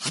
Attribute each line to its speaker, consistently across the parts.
Speaker 1: 8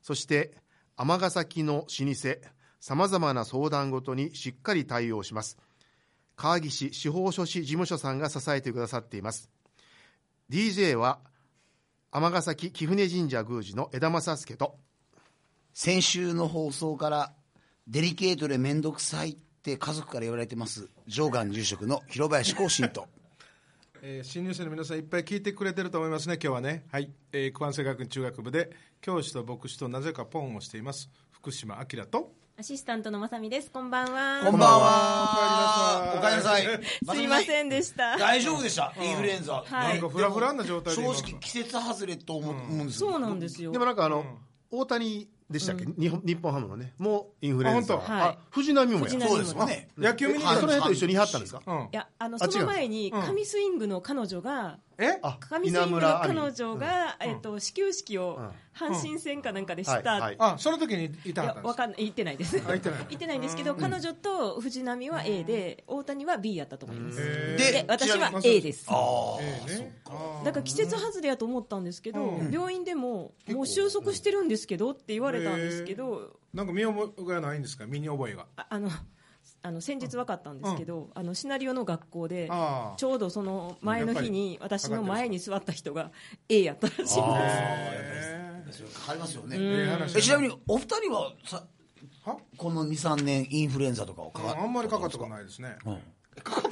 Speaker 2: そして尼崎の老舗さまざまな相談ごとにしっかり対応します川岸司法書士事務所さんが支えてくださっています DJ は尼崎貴船神社宮司の枝正助と
Speaker 1: 先週の放送から、デリケートでめんどくさいって家族から言われてます、上岸住職の広林浩信と。
Speaker 3: えー新入生の皆さんいっぱい聞いてくれてると思いますね今日はねはい、えー、九番生学院中学部で教師と牧師となぜかポンをしています福島明と
Speaker 4: アシスタントのまさみ です。こんばんは。
Speaker 1: こんばんは。お
Speaker 3: お
Speaker 1: か
Speaker 3: か
Speaker 1: え
Speaker 3: え
Speaker 1: り
Speaker 3: り
Speaker 1: な
Speaker 3: な
Speaker 1: さ
Speaker 3: さ
Speaker 1: い
Speaker 3: い。
Speaker 4: すいませんでした
Speaker 1: 大丈夫でした。インフルエンザ。
Speaker 4: は
Speaker 3: な
Speaker 4: い
Speaker 3: んかフラフラな状態で
Speaker 1: 正
Speaker 3: 今
Speaker 1: 直季節外れと思う思うんですよ
Speaker 4: そうなんですよ
Speaker 2: で。もなんかあの、大谷でしたっけ、日本日本ハムのねもうインフルエンザ
Speaker 3: あ本
Speaker 4: 当はい
Speaker 2: 藤浪もや
Speaker 4: 藤浪
Speaker 1: そうですよね。
Speaker 3: 野球見に行
Speaker 2: あ
Speaker 3: った
Speaker 2: そ
Speaker 3: ん
Speaker 2: の
Speaker 3: です
Speaker 2: 辺と一緒にやったんですか
Speaker 3: うん
Speaker 4: いや、あの、
Speaker 2: あ
Speaker 4: その前に、
Speaker 3: 違ううん
Speaker 4: 神スイングの彼女が、
Speaker 3: え
Speaker 2: あ
Speaker 4: 神スイングの
Speaker 2: 稲
Speaker 4: 彼
Speaker 2: 村亜美
Speaker 4: 女が、えっと、始球式を
Speaker 2: ん
Speaker 4: 阪神戦かなんかでし
Speaker 2: はいは
Speaker 4: た。
Speaker 2: い
Speaker 4: い
Speaker 3: あその時にいたかった、
Speaker 4: や
Speaker 3: んで
Speaker 4: わ
Speaker 3: すか
Speaker 4: かんない。言ってないです。言
Speaker 3: 言ってない
Speaker 4: ってないんですけど、彼女と藤波は A で、大谷は B やったと思います。
Speaker 1: で
Speaker 4: で、私
Speaker 1: ちなみ
Speaker 4: は
Speaker 3: に
Speaker 4: A です。
Speaker 3: ええねあ
Speaker 4: だから季節外れやと思ったんですけど、
Speaker 3: うん
Speaker 4: 病院でも、もう収束してるんですけどって言われたんですけど、
Speaker 3: ーなんか見覚えがないんですか身に覚えが
Speaker 4: ああのあの先日分かったんですけど、あのシナリオの学校で
Speaker 3: ああ
Speaker 4: ちょうどその前の日に
Speaker 3: やっぱり
Speaker 4: 私の前に座った人が A やったらしいんです
Speaker 3: ええ
Speaker 1: ありますよね。
Speaker 3: ええ話
Speaker 1: えちなみにお二人はさ
Speaker 3: は
Speaker 1: この23年インフルエンザとかをか
Speaker 3: あんまりかかった
Speaker 1: こ
Speaker 3: ことないですね
Speaker 2: かか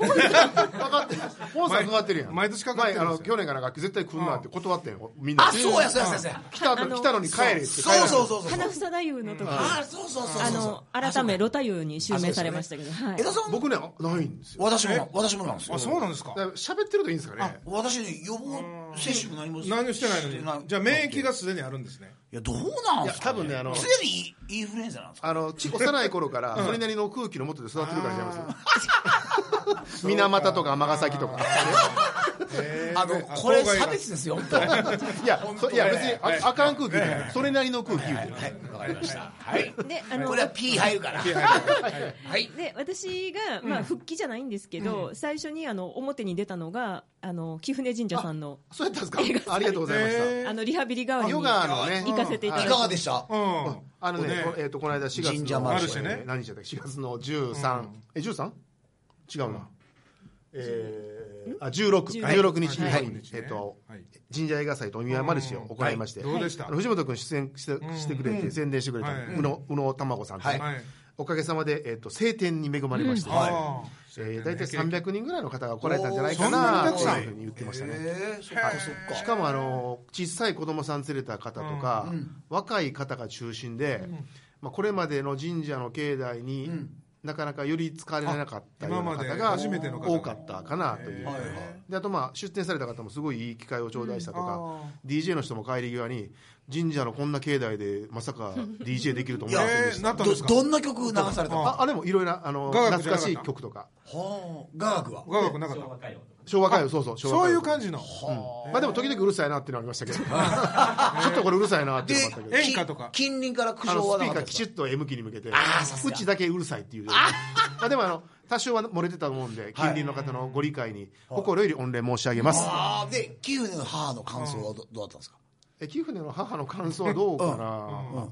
Speaker 2: ってる本さんかかってるやん
Speaker 3: 毎年かかってるんですよ
Speaker 2: 前あの去年からなんか絶対来んなって断ったよみんな
Speaker 1: あそうやそうやそうやそうや
Speaker 2: 来た
Speaker 4: あ
Speaker 2: の
Speaker 4: の
Speaker 2: 来たのに帰れって帰
Speaker 1: そう
Speaker 2: らない
Speaker 1: そうそうそう
Speaker 4: 花房太夫の時、
Speaker 1: あそうそうそうそう
Speaker 4: あの改めロ太夫に襲名されましたけど、はい
Speaker 1: 江田さん
Speaker 2: 僕ねないんですよ
Speaker 1: 私も私もなんですよ
Speaker 3: あそうなんですか
Speaker 2: だから喋ってるといいんですかね
Speaker 1: 私ね予防接種も何も
Speaker 3: 何もしてないのにじゃあ免疫がすでにあるんですね
Speaker 1: いやどうなん
Speaker 2: い
Speaker 1: で
Speaker 2: や
Speaker 1: すか
Speaker 2: 多分ねあの
Speaker 1: 常にインフルエンザなんですか
Speaker 2: あのち幼い頃からそれなりの空気のもとで育ってるからじゃない ですか水俣とか尼崎とか
Speaker 1: あのこれ
Speaker 3: 郊外が
Speaker 1: 差別ですよ本当はい
Speaker 2: やそいや別にああかん空気じゃないそれなりの空気言うてる
Speaker 1: いわかりましたはい
Speaker 4: であの
Speaker 1: これは P 入るからはい
Speaker 4: で私が、まあ、復帰じゃないんですけど、最初にあの表に出たのがあの貴船神社さんの
Speaker 2: そうやったんですかありがとうございました、
Speaker 3: え
Speaker 4: あのリハビリ代わり
Speaker 2: ヨ
Speaker 4: に
Speaker 2: ガのね
Speaker 4: 行かせてい
Speaker 1: い
Speaker 4: ただい
Speaker 1: か
Speaker 4: て、
Speaker 1: がでした
Speaker 3: うん
Speaker 2: あのね、
Speaker 3: ね
Speaker 2: こえっ、と、この間4月の。
Speaker 1: 神社マ
Speaker 3: ルシェね
Speaker 2: 何日だったっけ ?4 月の13。え、13? 違うな。えー、あ、16。16日に、
Speaker 4: はい
Speaker 2: はい
Speaker 3: 16日
Speaker 2: え
Speaker 3: ね
Speaker 2: っ、と、
Speaker 3: はい
Speaker 2: 神社映画祭とお見舞いマルシェを行いまして、
Speaker 3: うんはいどうでした
Speaker 2: あの藤本君出演してしてくれて、宣伝してくれた、
Speaker 3: はいう
Speaker 2: の、うのたまごさんと、
Speaker 1: はい
Speaker 3: はい
Speaker 2: おかげさまで、えっ、と、晴天に恵まれまして、
Speaker 3: ああ
Speaker 2: えー大体300人ぐらいの方が来られたんじゃないか
Speaker 3: お
Speaker 2: な
Speaker 3: ー
Speaker 2: と
Speaker 3: そんなにたくさん
Speaker 2: いうふうに言ってましたね。
Speaker 1: えーそっかそっか
Speaker 2: しかもあの小さい子供さん連れた方とか、若い方が中心で、まあ、これまでの神社の境内に、なかなかより使われなかったような
Speaker 3: あ今ま
Speaker 2: 方
Speaker 3: で
Speaker 2: が
Speaker 3: 初めての方が
Speaker 2: 多かったかなという、であとまあ出店された方もすごいいい機会を頂戴したとか、DJ の人も帰り際に神社のこんな境内でまさか DJ できると思いませんで
Speaker 3: え
Speaker 2: した、
Speaker 3: ーなったん
Speaker 1: ど
Speaker 3: ですか
Speaker 1: どんな曲流されたの
Speaker 2: ああれもいろいろなあの
Speaker 3: 雅楽じゃなかっ
Speaker 2: 懐か
Speaker 3: た
Speaker 2: しい曲とか
Speaker 1: はあ雅楽は
Speaker 3: 雅楽なかった
Speaker 2: 昭和歌謡そうそう昭和歌
Speaker 3: そうい
Speaker 2: 謡
Speaker 3: う感じの
Speaker 2: まあでも時々うるさいなっていうのはありましたけど ちょっとこれうるさいなって
Speaker 1: で
Speaker 2: いうのもあったけど
Speaker 3: 演歌とか
Speaker 1: 近隣から苦
Speaker 2: あの
Speaker 1: 情は
Speaker 2: スピ
Speaker 1: な
Speaker 2: ー
Speaker 1: かった
Speaker 2: カー
Speaker 1: で
Speaker 2: き
Speaker 1: す
Speaker 2: ち
Speaker 1: か
Speaker 2: っと M きに向けて
Speaker 1: あーさす
Speaker 2: う
Speaker 1: が
Speaker 2: ちだけうるさいっていうあでもあの多少は漏れてたと思うんで近隣の方のご理解に心より御礼申し上げます、
Speaker 1: ああで貴船の母の感想はどどうだったんですか
Speaker 2: え貴船の母の感想はどうかな、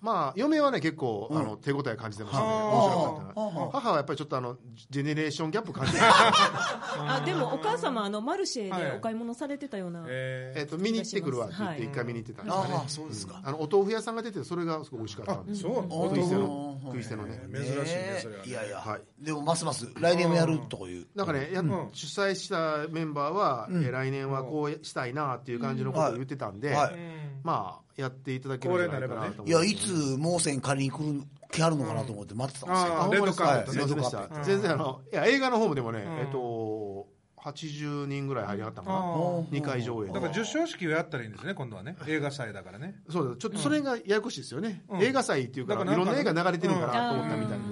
Speaker 2: まあ嫁はね結構、あの手応え感じてましたね面白かったな母はやっぱりちょっとあのジェネレーションギャップ感じてました
Speaker 4: あでもお母様あのマルシェで
Speaker 3: はい
Speaker 4: お買い物されてたような、
Speaker 3: え
Speaker 2: えっと見に行ってくるわって言って一回見に行ってたんですかね、
Speaker 1: ああそうですか
Speaker 2: あのお豆腐屋さんが出ててそれがすごい美味しかったんで
Speaker 3: ー
Speaker 2: す
Speaker 3: そうなん
Speaker 2: 食い
Speaker 3: です
Speaker 2: 捨て
Speaker 3: か
Speaker 2: の食い捨てのね、
Speaker 3: 珍しいねそれ
Speaker 1: ね
Speaker 3: はね
Speaker 1: いやいや、
Speaker 2: はい
Speaker 1: でもますます来年もやるという
Speaker 2: なんかね、や主催したメンバーは、えー来年はこうしたいなっていう感じのことを言ってたんで、
Speaker 1: うんはいはい
Speaker 2: まあやっていただけるんじゃないかなと思
Speaker 1: いやいつ盲線借りに来る来はるのかなと思って待ってたんですけど、
Speaker 3: あ
Speaker 2: あ
Speaker 3: レッドカーペット
Speaker 2: すいませんでした全然あのいや映画の方もでもね、えっと80人ぐらい入りはったのか
Speaker 3: あ
Speaker 2: な
Speaker 3: ー
Speaker 2: 2回上映
Speaker 3: だから授賞式をやったらいいんですね今度はね映画祭だからね
Speaker 2: そうだちょっとそれがややこしいですよね、
Speaker 3: うん
Speaker 2: 映画祭っていうから
Speaker 3: だから
Speaker 2: いろんな
Speaker 3: な
Speaker 2: 映
Speaker 3: んか
Speaker 2: 画流れてるんかなと思ったみたいで、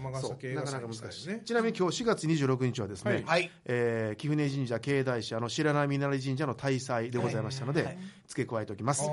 Speaker 3: 尼
Speaker 2: そ
Speaker 3: 崎
Speaker 2: う
Speaker 3: 映
Speaker 2: な
Speaker 3: 画
Speaker 2: かなか
Speaker 3: 祭み
Speaker 2: 難
Speaker 3: たい
Speaker 2: し
Speaker 3: に
Speaker 2: い、
Speaker 3: ね
Speaker 2: ちなみに今日4月26日はですね、
Speaker 3: はい
Speaker 1: はい。
Speaker 2: えー貴船神社境内市あの白波稲荷神社の大祭でございましたので、付け加えておきます、
Speaker 3: あ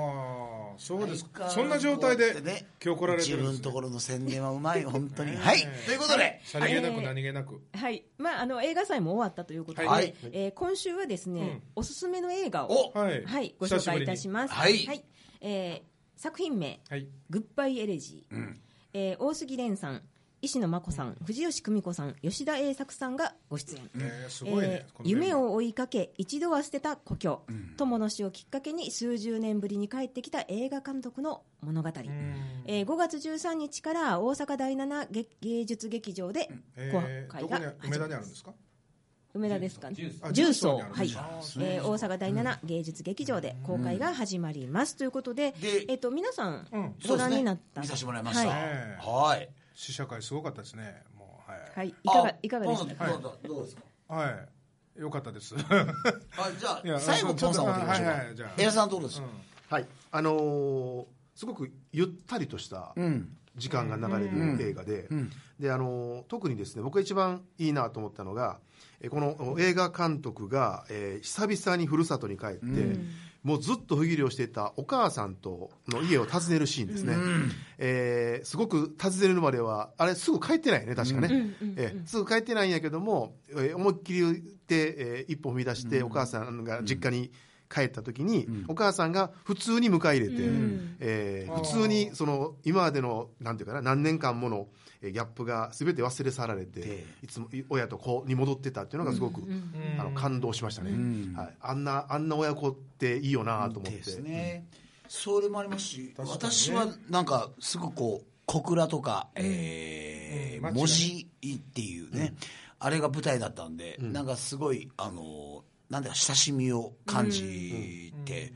Speaker 3: あそうです
Speaker 1: 相変わらず
Speaker 3: そんな状態
Speaker 1: こうや
Speaker 3: で
Speaker 1: ってね
Speaker 3: 今日来られて
Speaker 1: 自分
Speaker 3: るんで
Speaker 1: の
Speaker 3: すね
Speaker 1: ところの宣伝はうまい、本 当に。はい。ということで、
Speaker 3: さりげなく何気なく
Speaker 4: はい、まあ、あの映画祭も終わったということで、
Speaker 1: はい
Speaker 4: えー今週はですね、
Speaker 3: うん
Speaker 4: おすすめの映画
Speaker 1: お
Speaker 4: を、
Speaker 3: はい
Speaker 4: はい、ご紹介いたします。
Speaker 1: 久しぶりにはい
Speaker 4: えー作品名、
Speaker 3: はい
Speaker 4: グッバイエレジー、えー大杉蓮さん、石野真子さん、藤吉久美子さん、吉田栄作さんがご出演。
Speaker 3: えーすごいね
Speaker 4: えー
Speaker 3: このメンバー
Speaker 4: 夢を追いかけ一度は捨てた故郷、友の死をきっかけに数十年ぶりに帰ってきた映画監督の物語、
Speaker 3: うん
Speaker 4: えー5月13日から大阪第7劇芸術劇場で
Speaker 3: え
Speaker 4: 公
Speaker 3: ー
Speaker 4: 開
Speaker 3: どこに
Speaker 4: が
Speaker 3: 梅
Speaker 4: 始
Speaker 3: 田に
Speaker 4: まり
Speaker 3: あ
Speaker 4: ま
Speaker 3: るん
Speaker 4: す
Speaker 3: ですか
Speaker 4: 梅田ですかね
Speaker 3: あ
Speaker 4: 重
Speaker 3: 重曹
Speaker 4: 曹
Speaker 3: にある
Speaker 4: はい、
Speaker 3: 重
Speaker 4: えー大阪第7芸術劇場で公開が始まります、ということで
Speaker 1: で
Speaker 4: えっと皆さん
Speaker 3: うん
Speaker 1: そ
Speaker 4: ご
Speaker 1: うです
Speaker 4: 覧になっ
Speaker 1: ね。
Speaker 4: た、
Speaker 1: 見させてもらいました。
Speaker 4: はい、
Speaker 3: えー
Speaker 1: はい。
Speaker 3: 試写会すごかったですねもうはい
Speaker 4: はい、いかが
Speaker 1: あ
Speaker 4: いかがでした
Speaker 1: ポンさんどうどうどうですか
Speaker 3: はいよかったです
Speaker 1: あじ
Speaker 3: い
Speaker 1: ゃあ
Speaker 3: や
Speaker 1: 最後ポンさんを取りましょうか
Speaker 3: はいはいじゃあ
Speaker 1: 江田さんどうですか
Speaker 2: はいあのーすごくゆったりとした
Speaker 1: ん
Speaker 2: 時間が流れる映画で,、であのー特にですね僕が一番いいなと思ったのがえーこの映画監督が、えー久々にふるさとに帰って、もうずっと不義理をしていたお母さんとの家を訪ねるシーンですね、えーすごく訪ねるまではあれすぐ帰ってないよね確かね、えーすぐ帰ってないんやけども、えー思いっきり言って、えー一歩踏み出して、お母さんが実家に帰った時に、お母さんが普通に迎え入れて、
Speaker 4: うん
Speaker 2: えー普通にその今までのなんていうかな何年間ものえーギャップが全て忘れ去られて
Speaker 1: で
Speaker 2: いつもい親と子に戻ってたっていうのがすごく、あの感動しましたね、
Speaker 1: ん
Speaker 2: はい、あんなあんな親子っていいよなと思っ
Speaker 1: で
Speaker 2: て、
Speaker 1: すね、それもありますし、
Speaker 3: 確かにね
Speaker 1: 私はなんかすぐこう小倉とか、えー
Speaker 3: うん
Speaker 1: 文字っていうね、あれが舞台だったんで、なんかすごいあのなんだか親しみを感じて、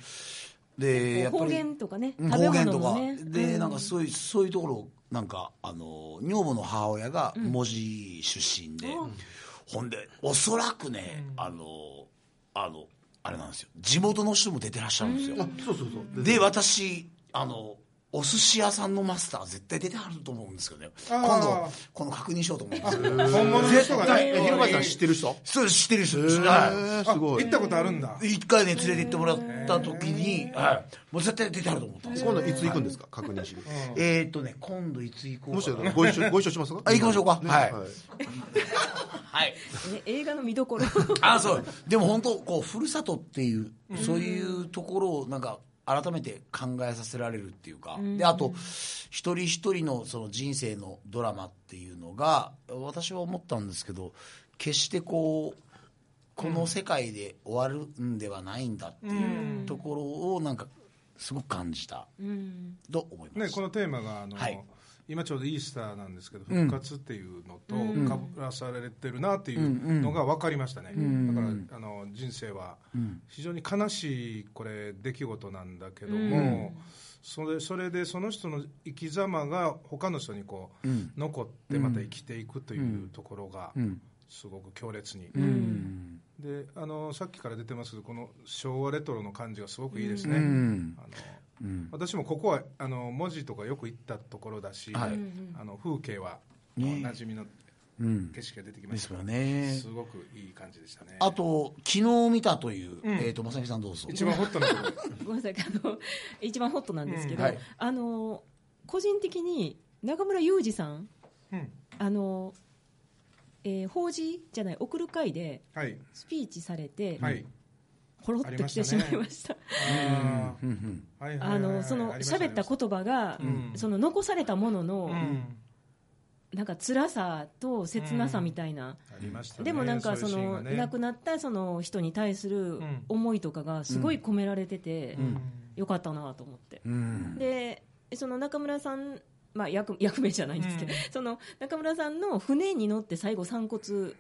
Speaker 1: でやっぱ
Speaker 4: 方
Speaker 1: り
Speaker 4: 言とかね
Speaker 1: うん
Speaker 4: 食べ
Speaker 1: 方言
Speaker 4: 物
Speaker 1: とか、
Speaker 4: もね
Speaker 1: でなんかそういうそういうところなんかあの女房の母親が文字出身で、ほんでおそらくね、あのあのあれなんですよ地元の人も出てらっしゃるんですよ、
Speaker 2: あそうそうそう
Speaker 1: で私あのお寿司屋さんのマスター絶対出てはると思うんですけどね
Speaker 3: あー
Speaker 1: 今度この確認しようと思うんですけど
Speaker 3: うん本物の人がね
Speaker 2: え広川さん知ってる人
Speaker 1: そうです知ってる人です、は
Speaker 2: えーすご
Speaker 3: 行
Speaker 2: い
Speaker 3: ったことあるんだ
Speaker 1: い一回ね連れて行ってもらった時に、はい、もう絶対出てはると思ったんですよ
Speaker 2: 今度いつ行くんですか確認しに
Speaker 1: えー、とね今度いつ行こうかな
Speaker 2: もしかしたらご一緒ご一緒しますか
Speaker 1: あ行きましょうかはいはい
Speaker 4: え映画の見どころ
Speaker 1: あそうでも本当こうふるさとっていうそういうところをなんか改めて考えさせられるっていうか、であと一人一人のその人生のドラマっていうのが私は思ったんですけど決してこうこの世界で終わるんではないんだっていうところをなんかすごく感じた
Speaker 4: うん
Speaker 1: と思いま
Speaker 3: ね、
Speaker 1: す、
Speaker 3: このテーマがあの、
Speaker 1: はい
Speaker 3: 今ちょうどイースターなんですけど
Speaker 1: うん
Speaker 3: 復活っていうのとかぶらされてるなっていうのが分かりましたね、だからあの人生は非常に悲しいこれ出来事なんだけども、それそれでその人の生き様が他の人にこう、残ってまた生きていくというところがすごく強烈に、であのさっきから出てますけどこの昭和レトロの感じがすごくいいですね、
Speaker 1: うん
Speaker 3: あの私もここはあの文字とかよく行ったところだし、
Speaker 1: はい
Speaker 3: あの風景は、
Speaker 1: ね
Speaker 3: おなじみの
Speaker 1: うん、
Speaker 3: 景色が出てきま
Speaker 1: で
Speaker 3: し
Speaker 1: す
Speaker 3: た
Speaker 1: よ
Speaker 3: ね
Speaker 1: ね
Speaker 3: すごくいい感じでしたね
Speaker 1: あと昨日見たという、えー、とまさみさんどうぞ
Speaker 3: 一番ホットなところ
Speaker 4: ごめんなさいあの一番ホットなんですけど、
Speaker 1: うんはい
Speaker 4: あの個人的に中村雄二さん
Speaker 3: うん
Speaker 4: あの、えー法事じゃない送る会で
Speaker 3: はい
Speaker 4: スピーチされて、
Speaker 3: はい、
Speaker 4: ほろっと来てしまいました
Speaker 1: うんう
Speaker 3: あ
Speaker 1: ん
Speaker 3: ーはいはいはい
Speaker 4: あのその
Speaker 3: ありました
Speaker 4: 喋った言葉が、
Speaker 3: うん
Speaker 4: その残されたものの、
Speaker 3: うん
Speaker 4: なんか辛さと切なさみたいな、
Speaker 3: ありましたね
Speaker 4: でもなんかそう
Speaker 3: いうシーン
Speaker 4: の
Speaker 3: がね
Speaker 4: 亡くなったその人に対する
Speaker 3: ん
Speaker 4: 思いとかがすごい込められてて、
Speaker 3: うん
Speaker 4: よかったなと思って、
Speaker 1: うん
Speaker 4: でその中村さんまあ役役名じゃないんですけど、
Speaker 3: うん
Speaker 4: その中村さんの船に乗って最後散骨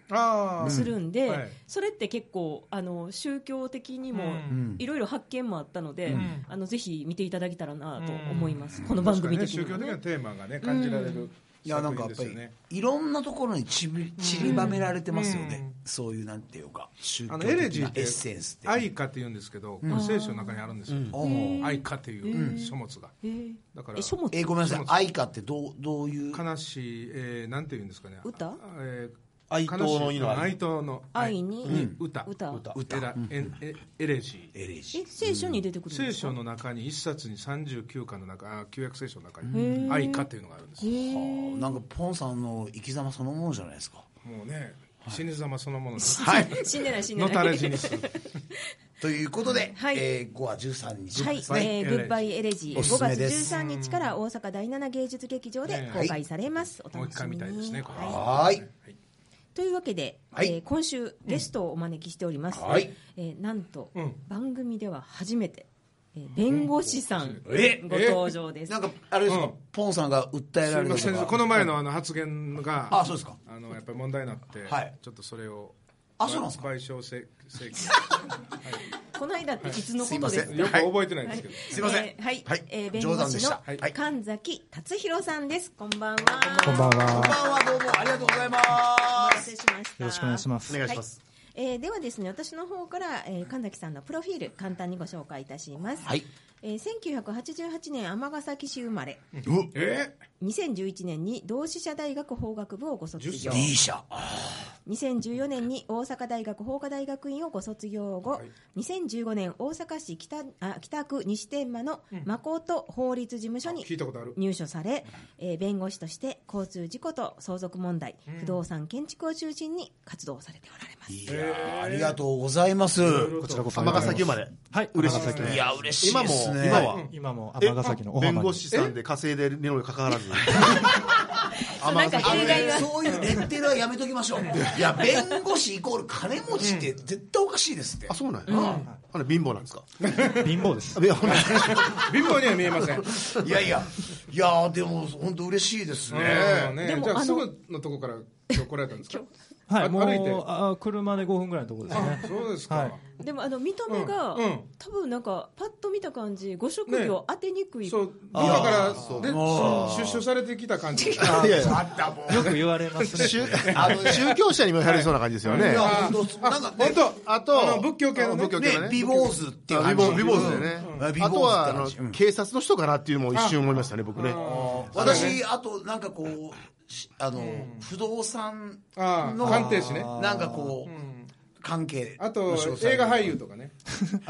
Speaker 3: あー
Speaker 4: するんで、
Speaker 3: はい
Speaker 4: それって結構あの宗教的にも
Speaker 3: うん
Speaker 4: いろいろ発見もあったので、
Speaker 3: ん
Speaker 4: あのぜひ見ていただけたらなと思います、この番組的に
Speaker 3: 確
Speaker 4: も
Speaker 3: かにね宗教的なテ
Speaker 4: ね
Speaker 3: ーマがね感じられる
Speaker 1: いやなんかやっぱりいろんなところにちび散りばめられてますよね、
Speaker 3: うん
Speaker 1: そういうなんていうか宗教
Speaker 3: あ
Speaker 1: 的
Speaker 3: のエレジー
Speaker 1: な
Speaker 3: って
Speaker 1: エッセンスって
Speaker 3: 愛歌って言うんですけど、これ聖書の中にあるんですよ、
Speaker 1: おう
Speaker 3: 愛歌っていう書物が、
Speaker 4: えー
Speaker 3: だから
Speaker 4: え書物
Speaker 1: えーごめんなさい愛歌ってどうどういう
Speaker 3: 悲しい、えー、なんて言うんですかね
Speaker 4: 歌
Speaker 3: えー
Speaker 5: 哀悼の意のあり
Speaker 3: 哀悼の
Speaker 4: 愛に
Speaker 3: 歌
Speaker 4: 歌歌
Speaker 3: エラエエエレジー
Speaker 1: エレジ
Speaker 4: え聖書に出てくるん
Speaker 3: 聖
Speaker 4: ですか
Speaker 3: 書の中に一冊に39巻の中あ旧約聖書の中
Speaker 4: へ
Speaker 3: に
Speaker 4: ー
Speaker 3: 愛歌っていうのがあるんですよ
Speaker 4: へー
Speaker 1: ーなんかポンさんの生き様そのものじゃないですか
Speaker 3: もうね死に様そのものです
Speaker 1: はい
Speaker 4: 死んでない死んで
Speaker 3: の
Speaker 4: ない
Speaker 3: たれ死 にする
Speaker 1: ということで、
Speaker 4: はい
Speaker 1: えー、5は13日
Speaker 4: はい、え
Speaker 1: ですね、
Speaker 4: ー、グッバイエレジー
Speaker 1: おす
Speaker 4: 5
Speaker 1: すめ
Speaker 4: 月
Speaker 1: です
Speaker 4: 13日から大阪第7芸術劇場で
Speaker 3: ね
Speaker 4: 公開されます、お
Speaker 3: もう
Speaker 4: 楽
Speaker 3: 一
Speaker 4: し
Speaker 3: 回
Speaker 4: み
Speaker 3: みたいです
Speaker 4: に、
Speaker 3: ねこれ
Speaker 4: はい
Speaker 1: はーい
Speaker 4: というわけで、
Speaker 1: はい
Speaker 4: えー今週ゲストをお招きしております、
Speaker 1: はい
Speaker 4: えーなんと、
Speaker 3: うん
Speaker 4: 番組では初めて、えー弁護士さん
Speaker 1: え
Speaker 4: ご登場です、
Speaker 1: なんかあれですか、
Speaker 3: うん
Speaker 1: ポンさんが訴え
Speaker 3: す
Speaker 1: ら
Speaker 3: み
Speaker 1: れ
Speaker 3: ま
Speaker 1: る
Speaker 3: せん
Speaker 1: とか
Speaker 3: この前のあの発言が
Speaker 1: あそうですか
Speaker 3: あのやっぱり問題になって、
Speaker 1: はい
Speaker 3: ちょっとそれを
Speaker 1: あそうなんですか
Speaker 3: 賠償請請求
Speaker 4: この間っていつのことです
Speaker 1: すいま
Speaker 4: か
Speaker 1: せん
Speaker 3: よく覚えてないですけど、
Speaker 1: すいません
Speaker 4: えーはい、
Speaker 1: はい
Speaker 4: えー弁護
Speaker 1: 冗談で
Speaker 4: 士
Speaker 1: したはい
Speaker 4: の神崎達弘さんです、こんばんは
Speaker 6: こんばん
Speaker 1: こんばん
Speaker 6: は。
Speaker 1: はどうもありがとうございま
Speaker 4: お待た
Speaker 1: す
Speaker 4: せしました
Speaker 6: よろしくお願いします。
Speaker 2: お願いします、
Speaker 4: えーではですね私の方から、えー神崎さんのプロフィール簡単にご紹介いたします、
Speaker 1: はい
Speaker 4: えー1988年尼崎市生まれ
Speaker 3: え
Speaker 4: 2011年に同志社大学法学部をご卒
Speaker 3: 10
Speaker 4: 業
Speaker 3: 歳
Speaker 1: D 社あ
Speaker 4: 2014年に大阪大学法科大学院をご卒業後、2015年大阪市北あ北区西天満の誠法律事務所に
Speaker 3: 聞いたことある
Speaker 4: 入所され、えー弁護士として交通事故と相続問題、不動産建築を中心に活動されておられます
Speaker 1: いやーありがとうございます
Speaker 6: こちらこそ。
Speaker 2: 尼崎生まれ
Speaker 6: はい、
Speaker 2: 嬉しい
Speaker 6: 尼崎
Speaker 1: いや嬉しい
Speaker 2: 今
Speaker 1: で
Speaker 2: も
Speaker 1: すね
Speaker 2: 今は
Speaker 6: 今も
Speaker 2: え
Speaker 6: 尼崎のお浜に
Speaker 2: 弁護士さんで稼いでるにもかかわらず
Speaker 4: そうなんか
Speaker 1: あの
Speaker 4: 弊害
Speaker 1: ね
Speaker 4: が、
Speaker 1: そういうレッテルはやめときましょう。い や、弁護士イコール金持ちって絶対おかしいですって
Speaker 2: あ。そうなんや、あれ貧乏なんですか
Speaker 6: 貧乏です。
Speaker 2: いやほんまに
Speaker 3: 貧乏には見えません
Speaker 1: いやいや、いやーでも本当嬉しいですね。
Speaker 3: ね
Speaker 4: でも
Speaker 3: じゃ
Speaker 4: あの
Speaker 3: あすぐのとこから今日来られたんですか
Speaker 6: はい、
Speaker 3: あ
Speaker 6: も
Speaker 3: 歩いて
Speaker 6: う、あ車で5分ぐらいのところです
Speaker 3: あ
Speaker 6: ね。
Speaker 3: そうですか、
Speaker 6: はい
Speaker 4: でもあの見た目が、
Speaker 3: うんうん
Speaker 4: 多分なんかパッと見た感じご職業当てにくい、
Speaker 3: そうだ
Speaker 6: あー
Speaker 3: から
Speaker 2: そう
Speaker 3: で
Speaker 1: あー
Speaker 3: 出所されてきた感じ
Speaker 2: いやいや
Speaker 1: あったもん。
Speaker 6: よく言われま すね。
Speaker 2: 宗あの宗教者にもやはりそうな感じですよね、
Speaker 1: いや
Speaker 3: あ
Speaker 1: 本当なんかね
Speaker 3: 本当
Speaker 2: あと
Speaker 3: あの仏教系のね
Speaker 2: 仏教系
Speaker 1: ね、
Speaker 2: のね
Speaker 1: 美坊主っていう
Speaker 2: あ
Speaker 1: 感
Speaker 2: 美
Speaker 1: じ。
Speaker 2: 貌美貌ですよね、
Speaker 1: うんうん
Speaker 2: あとはあ
Speaker 1: 美貌
Speaker 2: の
Speaker 1: 図って感じうん
Speaker 2: 警察の人かなっていうのも一瞬思いましたね僕ね
Speaker 1: 私、あと、なんかこう、しあの、不動産
Speaker 3: あ
Speaker 1: の、
Speaker 3: あ鑑定士ね
Speaker 1: なんかこう、関係
Speaker 3: あ
Speaker 1: の
Speaker 3: と
Speaker 1: 仕事
Speaker 3: 映画俳優とかね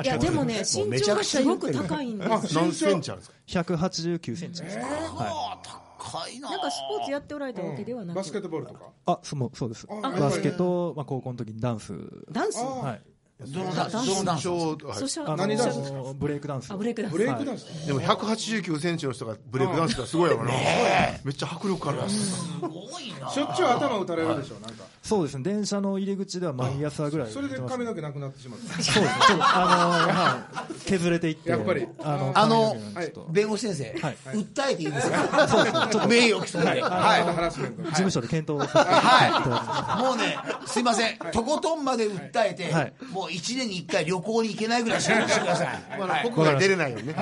Speaker 4: いやでもね身
Speaker 1: めちゃ
Speaker 4: 長
Speaker 1: く
Speaker 4: が
Speaker 1: ちゃ
Speaker 4: すごく高いんですよ
Speaker 2: 何センチあるんですか
Speaker 6: 189センチですか。は
Speaker 1: 高いな
Speaker 4: なんかスポーツやっておられたわけではなく、
Speaker 3: バスケットボールとか
Speaker 6: い。あ、そうもうそうです。
Speaker 3: あ
Speaker 6: バスケと、まあ、高校の時にダンス。
Speaker 4: ダンス
Speaker 3: あ
Speaker 6: はい。
Speaker 1: どのダンスどのダンス
Speaker 2: 身長はい
Speaker 4: ソシャ
Speaker 6: あの
Speaker 3: 何ダンスですか
Speaker 6: ブレイクダンス。
Speaker 4: あブレイクダンス
Speaker 3: ブレイクダンス
Speaker 2: でも189センチの人がブレイクダンスってすごいよな、めっちゃ迫力あるやつ
Speaker 1: すごいな
Speaker 3: しょっちゅう頭打たれるでしょなんか
Speaker 6: そうですね。電車の入り口では毎朝ぐらい。
Speaker 3: それで
Speaker 6: やってます
Speaker 3: 髪の毛なくなってしまった
Speaker 6: そうです。そうですあの、はい。削れていって。
Speaker 3: やっぱり
Speaker 6: あの、
Speaker 1: あの
Speaker 6: 髪の毛がちょっと
Speaker 1: 弁護士先生、
Speaker 6: はい
Speaker 1: 訴えていいですかそうですねちょっと 名誉毀損では
Speaker 3: ハラスメント
Speaker 6: 事務所で検討させていただきます
Speaker 1: はいもうねすいません、とことんまで訴えて、
Speaker 6: はい
Speaker 1: もう1年に1回旅行に行けないぐらいしてください、
Speaker 2: まあ
Speaker 1: はい
Speaker 2: ここが出れないよね、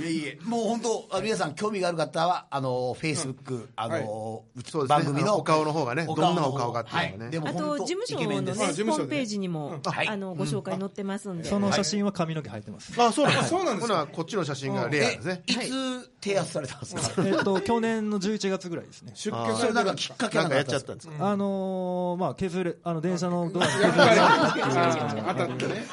Speaker 1: いえいえもう本当あ皆さん興味がある方はあのフェイスブックあの、
Speaker 2: そうです
Speaker 1: 番
Speaker 2: ね
Speaker 1: 組
Speaker 2: あ
Speaker 1: の
Speaker 2: のお顔の方がね
Speaker 1: お顔の
Speaker 2: どんなお顔がっていうのがね
Speaker 1: はいでも
Speaker 4: あ
Speaker 1: 本
Speaker 4: と
Speaker 1: 当
Speaker 4: 事務所
Speaker 1: イケメ
Speaker 4: の
Speaker 1: ン
Speaker 4: ね
Speaker 1: です
Speaker 4: ホ
Speaker 3: あ事務所
Speaker 4: ー
Speaker 3: で
Speaker 4: ムページにも、
Speaker 1: はい
Speaker 4: あのご紹介載ってますんで、
Speaker 6: その写真は髪の毛生えてます。
Speaker 2: あそうなんです
Speaker 3: そうなんです
Speaker 2: ほな
Speaker 3: か
Speaker 2: こっちの写真がレアですね
Speaker 1: えいつ提案されたんですか、
Speaker 6: えっと、去年の11月ぐらいですね。
Speaker 3: 出
Speaker 2: あー
Speaker 3: 血
Speaker 1: そ
Speaker 3: さ
Speaker 1: れ
Speaker 3: れ
Speaker 1: な
Speaker 3: た
Speaker 1: ん
Speaker 3: ら
Speaker 1: かきっかけな
Speaker 2: な
Speaker 1: んん
Speaker 2: か
Speaker 1: かあ
Speaker 2: やっ
Speaker 1: っ
Speaker 2: ち
Speaker 1: た
Speaker 2: ゃ
Speaker 1: んですか
Speaker 2: ったんですか
Speaker 6: あのーまあ、削れ、あの、電車のドアに削れ
Speaker 3: や
Speaker 6: て
Speaker 3: っ
Speaker 6: いっ
Speaker 3: ぱりあ当たってね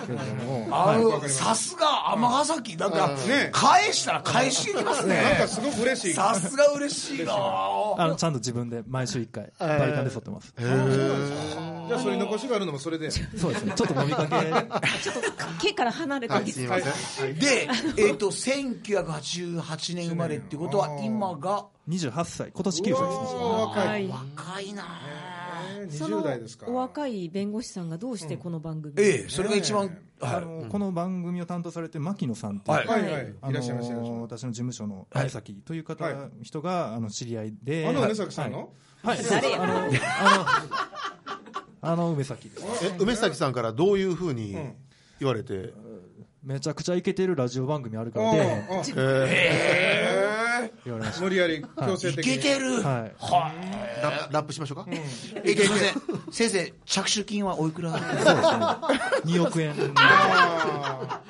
Speaker 1: あ
Speaker 3: わ
Speaker 1: の
Speaker 3: かります
Speaker 1: さすが尼崎なんか
Speaker 3: うんね
Speaker 1: 返したら返していきます
Speaker 3: なん
Speaker 1: ね
Speaker 3: かすごく嬉しい
Speaker 1: さすが嬉しいな
Speaker 6: てあの、ちゃんと自分で毎週1回、バリカンで剃ってます。
Speaker 3: じゃあそれ残しがあるのもそれで
Speaker 6: そうですね。ちょっと飲みかけ、
Speaker 4: ちょっと毛から離れて
Speaker 2: はいすみません
Speaker 1: で、えっと1988年生まれっていうことは今が
Speaker 6: 28歳、今年
Speaker 3: う
Speaker 6: 9歳ですね。
Speaker 3: わー若い
Speaker 4: はい
Speaker 1: 若いな
Speaker 3: えー
Speaker 4: そ
Speaker 3: 20
Speaker 4: の
Speaker 3: 代ですか
Speaker 4: お若い弁護士さんがどうしてこの番組に、
Speaker 1: ええそれが一番、
Speaker 6: あ
Speaker 1: は
Speaker 6: のーこの番組を担当されて、牧野さんっていう、
Speaker 1: はい
Speaker 3: はいはい
Speaker 6: あ
Speaker 3: いら
Speaker 6: の
Speaker 3: っしゃいましたいらっしゃい
Speaker 6: ー
Speaker 3: まし
Speaker 6: 私の事務所の相崎という方、
Speaker 3: は
Speaker 6: 人が、あの、知り合いで。
Speaker 3: たあの梅崎さん
Speaker 6: はい
Speaker 3: の
Speaker 6: はい、
Speaker 4: 誰や
Speaker 6: あの、あの、あの梅崎です。
Speaker 2: え梅崎さんからどういうふうに
Speaker 3: ん
Speaker 2: 言われて、
Speaker 6: めちゃくちゃイケてるラジオ番組あるから
Speaker 3: お
Speaker 6: で、
Speaker 3: ーおー
Speaker 2: えー
Speaker 3: え
Speaker 6: 言われまし
Speaker 3: 無理やり強制
Speaker 1: い
Speaker 3: 的に
Speaker 1: けてる
Speaker 6: た。はい。
Speaker 1: はい
Speaker 2: ララップしましょうか、
Speaker 1: えすいません先生着手金はおいくら
Speaker 6: そうですね。2億 円。
Speaker 3: あ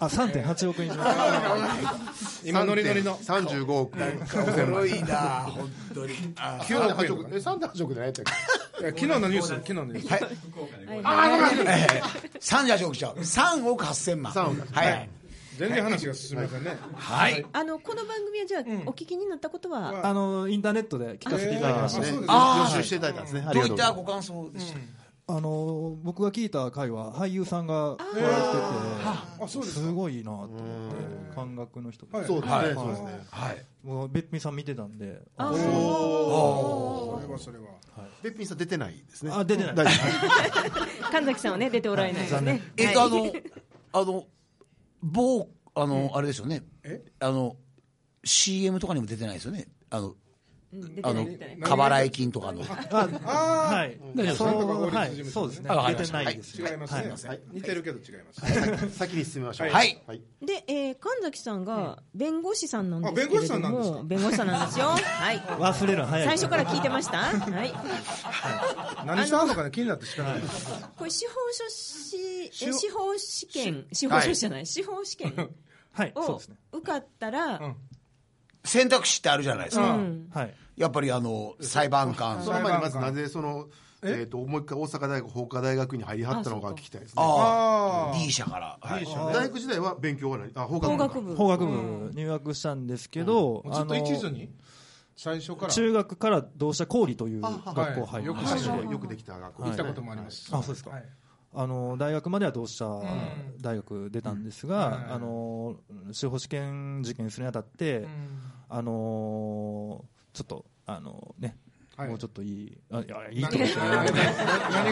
Speaker 6: あ、3.8億円しました。
Speaker 3: ー今ノリノリの
Speaker 2: 35億
Speaker 1: 古いな本当にあ
Speaker 3: 9億円とかね
Speaker 2: 3.8億じゃないやったっけ
Speaker 3: いや昨日のニュース昨日のニュース
Speaker 4: はい
Speaker 1: 38億ちゃう3億8000万
Speaker 2: 3億
Speaker 1: はい
Speaker 3: 全然話が進みませんね
Speaker 1: はい
Speaker 4: あのこの番組はじゃあ、お聞きになったことは、
Speaker 6: あの、インターネットで聞かせていただきました。
Speaker 3: えーそうです
Speaker 1: あー
Speaker 2: 予習していただいたんですね、あり
Speaker 1: どうい
Speaker 2: がと
Speaker 1: うっ
Speaker 2: ござ
Speaker 1: た
Speaker 2: いま
Speaker 1: ご感想でした
Speaker 6: あの僕が聞いた回は俳優さんがや
Speaker 3: あ
Speaker 6: って
Speaker 3: そう
Speaker 6: て
Speaker 3: です
Speaker 6: す
Speaker 3: か
Speaker 6: ごいなと思って感覚の人
Speaker 3: はい
Speaker 2: すそうですね、
Speaker 1: はい
Speaker 2: そうですね
Speaker 1: はい
Speaker 6: もうべっぴんさん見てたんで
Speaker 4: あ
Speaker 6: あ
Speaker 3: それはそれは
Speaker 2: べっぴんさん出てないですね
Speaker 6: あ出てない
Speaker 2: 大丈
Speaker 4: 神崎さんはね出ておられないですね。
Speaker 1: えっとあ
Speaker 4: はい
Speaker 1: のあの某あのあれですよね
Speaker 3: え
Speaker 1: あの CM とかにも出てないですよねあの
Speaker 4: うん出て
Speaker 1: あ
Speaker 4: な
Speaker 1: の
Speaker 4: い出てない。
Speaker 1: 過払い金とかの
Speaker 3: あー
Speaker 6: はい大丈夫です
Speaker 3: なんとか法律事
Speaker 6: は
Speaker 3: 務所
Speaker 6: いそうですね
Speaker 1: あわかりま
Speaker 6: 出
Speaker 1: してた
Speaker 6: ないです
Speaker 3: 違いますね、
Speaker 2: はい
Speaker 3: 似てるけど違います、
Speaker 2: 夫先に進みましょう
Speaker 1: はい
Speaker 2: はい、
Speaker 4: で、えー、神崎さんが弁護士さんなんです
Speaker 3: あ
Speaker 4: け
Speaker 3: 弁護
Speaker 4: れ
Speaker 3: 士さ
Speaker 4: ど
Speaker 3: んなんです
Speaker 4: も、
Speaker 3: か
Speaker 4: 弁護士さんなんですよ。はい。
Speaker 6: 忘れるの早い
Speaker 4: 最初から聞いてました。はい。
Speaker 3: 何してあんのかね気になってしかない
Speaker 4: これ司法書士、
Speaker 3: 法
Speaker 4: え司法試験、司法書士じゃない、司法試験
Speaker 6: はいそう
Speaker 4: を
Speaker 6: ですね
Speaker 4: 受かったら、
Speaker 3: うん
Speaker 1: 選択肢ってあるじゃないです
Speaker 4: う
Speaker 1: か
Speaker 4: ん
Speaker 6: はい
Speaker 1: やっぱりあの裁判官
Speaker 2: その前にまずなぜそのえー、ともう一回大阪大学法科大学院に入りはったのか聞きたいですね
Speaker 1: あ
Speaker 3: あ
Speaker 1: あ
Speaker 3: ー
Speaker 1: D 社から、はい
Speaker 2: 大学時代は勉強はないあ法科
Speaker 4: 法
Speaker 2: 学
Speaker 4: 学
Speaker 2: 部
Speaker 4: 部。
Speaker 6: 法学部入学したんですけど
Speaker 3: もうずっと一途
Speaker 6: あの
Speaker 3: に最初から
Speaker 6: 中学から同志社公理という学校入り
Speaker 3: よく
Speaker 6: ま
Speaker 3: 知
Speaker 6: し
Speaker 3: っててる
Speaker 2: よくできた学校
Speaker 3: 行ったこともあります、
Speaker 6: あそうですか
Speaker 3: はい
Speaker 6: あの大学までは同志社
Speaker 3: ん
Speaker 6: 大学出たんです
Speaker 3: うんはい
Speaker 6: が、あの司法試験受験するにあたって、あのちょっと、あのね、
Speaker 3: はい
Speaker 6: もうちょっといい、あいやいい
Speaker 3: 何
Speaker 6: とこ
Speaker 3: 何が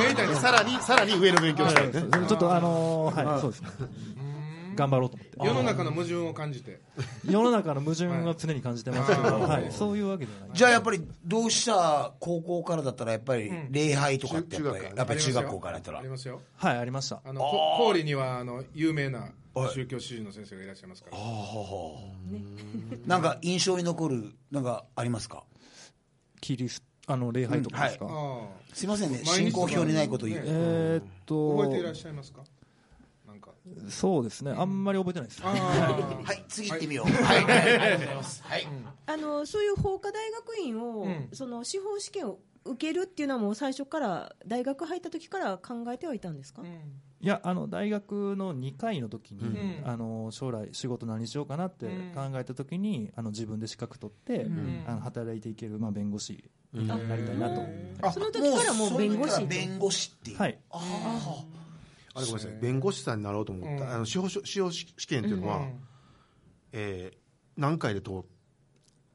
Speaker 3: 言いたいです
Speaker 2: さらにさらに上の勉強したいね
Speaker 6: ちょっとあのはい、そうですね。頑張ろうと思
Speaker 3: 世
Speaker 6: って。
Speaker 3: の中の矛盾を感じて
Speaker 6: 世の中の矛盾は常に感じてますけど、
Speaker 3: は
Speaker 6: はいい、そういうわけじゃない。
Speaker 1: じゃあやっぱり同志社高校からだったらやっぱり礼拝とかってやっぱり,、
Speaker 2: 中中学から
Speaker 1: やっぱり中学校からやったら
Speaker 3: ありますよ
Speaker 6: はい、ありました。
Speaker 3: あのこ氷にはあの有名な宗教主人の先生がいらっしゃいますから
Speaker 1: なんか印象に残るなんかありますか
Speaker 6: キリスあの礼拝とかです
Speaker 3: あ
Speaker 6: か。
Speaker 3: ー
Speaker 1: すいませんね
Speaker 3: 毎日とか
Speaker 1: 進行表にないこと言う、
Speaker 3: ね
Speaker 6: えーっ
Speaker 3: 覚えていらっ
Speaker 6: と、
Speaker 3: しゃいますかなんか
Speaker 6: そうですね。あんまり覚えてないです。
Speaker 3: あー
Speaker 1: はい次行ってみようはい、はい、ありがとうございますはい、
Speaker 4: あの、そういう法科大学院を、
Speaker 3: ん
Speaker 4: その司法試験を受けるっていうのはもう最初から、大学入った時から考えてはいたんですか、
Speaker 3: うん
Speaker 6: いやあの大学の2回の時に、
Speaker 3: うん
Speaker 6: あの将来仕事何しようかなって
Speaker 3: うん
Speaker 6: 考えた時に、あの自分で資格取って、
Speaker 3: ん
Speaker 6: あの働いていける、まあ、弁護士になりたいなと、
Speaker 3: あ
Speaker 4: その時からもう弁護
Speaker 1: そ
Speaker 4: 士
Speaker 1: の時から弁護士っていう、
Speaker 6: はい
Speaker 1: ああ
Speaker 2: あれごめんなさい弁護士さんになろうと思った、
Speaker 3: うん
Speaker 2: あの司法書司法試験っていうのは、えー何回で通る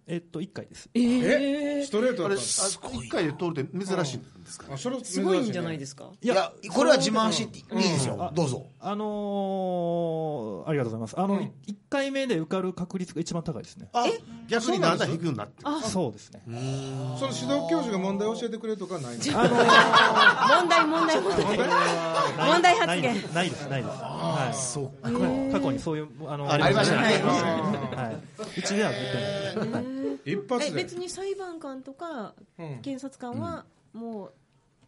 Speaker 6: えっと1回です
Speaker 4: え
Speaker 3: えストレート
Speaker 2: あ
Speaker 3: だ
Speaker 2: れ
Speaker 3: ったんです
Speaker 2: 一回で通るって珍しいんですかね、
Speaker 3: あそれ
Speaker 4: すごいんじゃないですすか
Speaker 1: いやこれは自慢していいですよ、
Speaker 6: うん
Speaker 1: どうぞ
Speaker 6: あのーありがとうございますあの、
Speaker 3: うん
Speaker 6: い一1回目で受かる確率が一番高いですね
Speaker 2: あ逆にだんだん低くなって
Speaker 6: そうですね
Speaker 3: その指導教授が問題を教えてくれるとかはないんですか
Speaker 6: あのー
Speaker 4: 問題、問題、問題。問題発言。
Speaker 6: ないないですないですはい
Speaker 1: そう
Speaker 6: 過去過去にそういうあの
Speaker 2: ありましたね
Speaker 6: はい
Speaker 3: あ
Speaker 6: はいうちでは絶対ない
Speaker 3: 一発
Speaker 4: え
Speaker 3: で
Speaker 4: 別に裁判官とか
Speaker 3: うん
Speaker 4: 検察官はもう、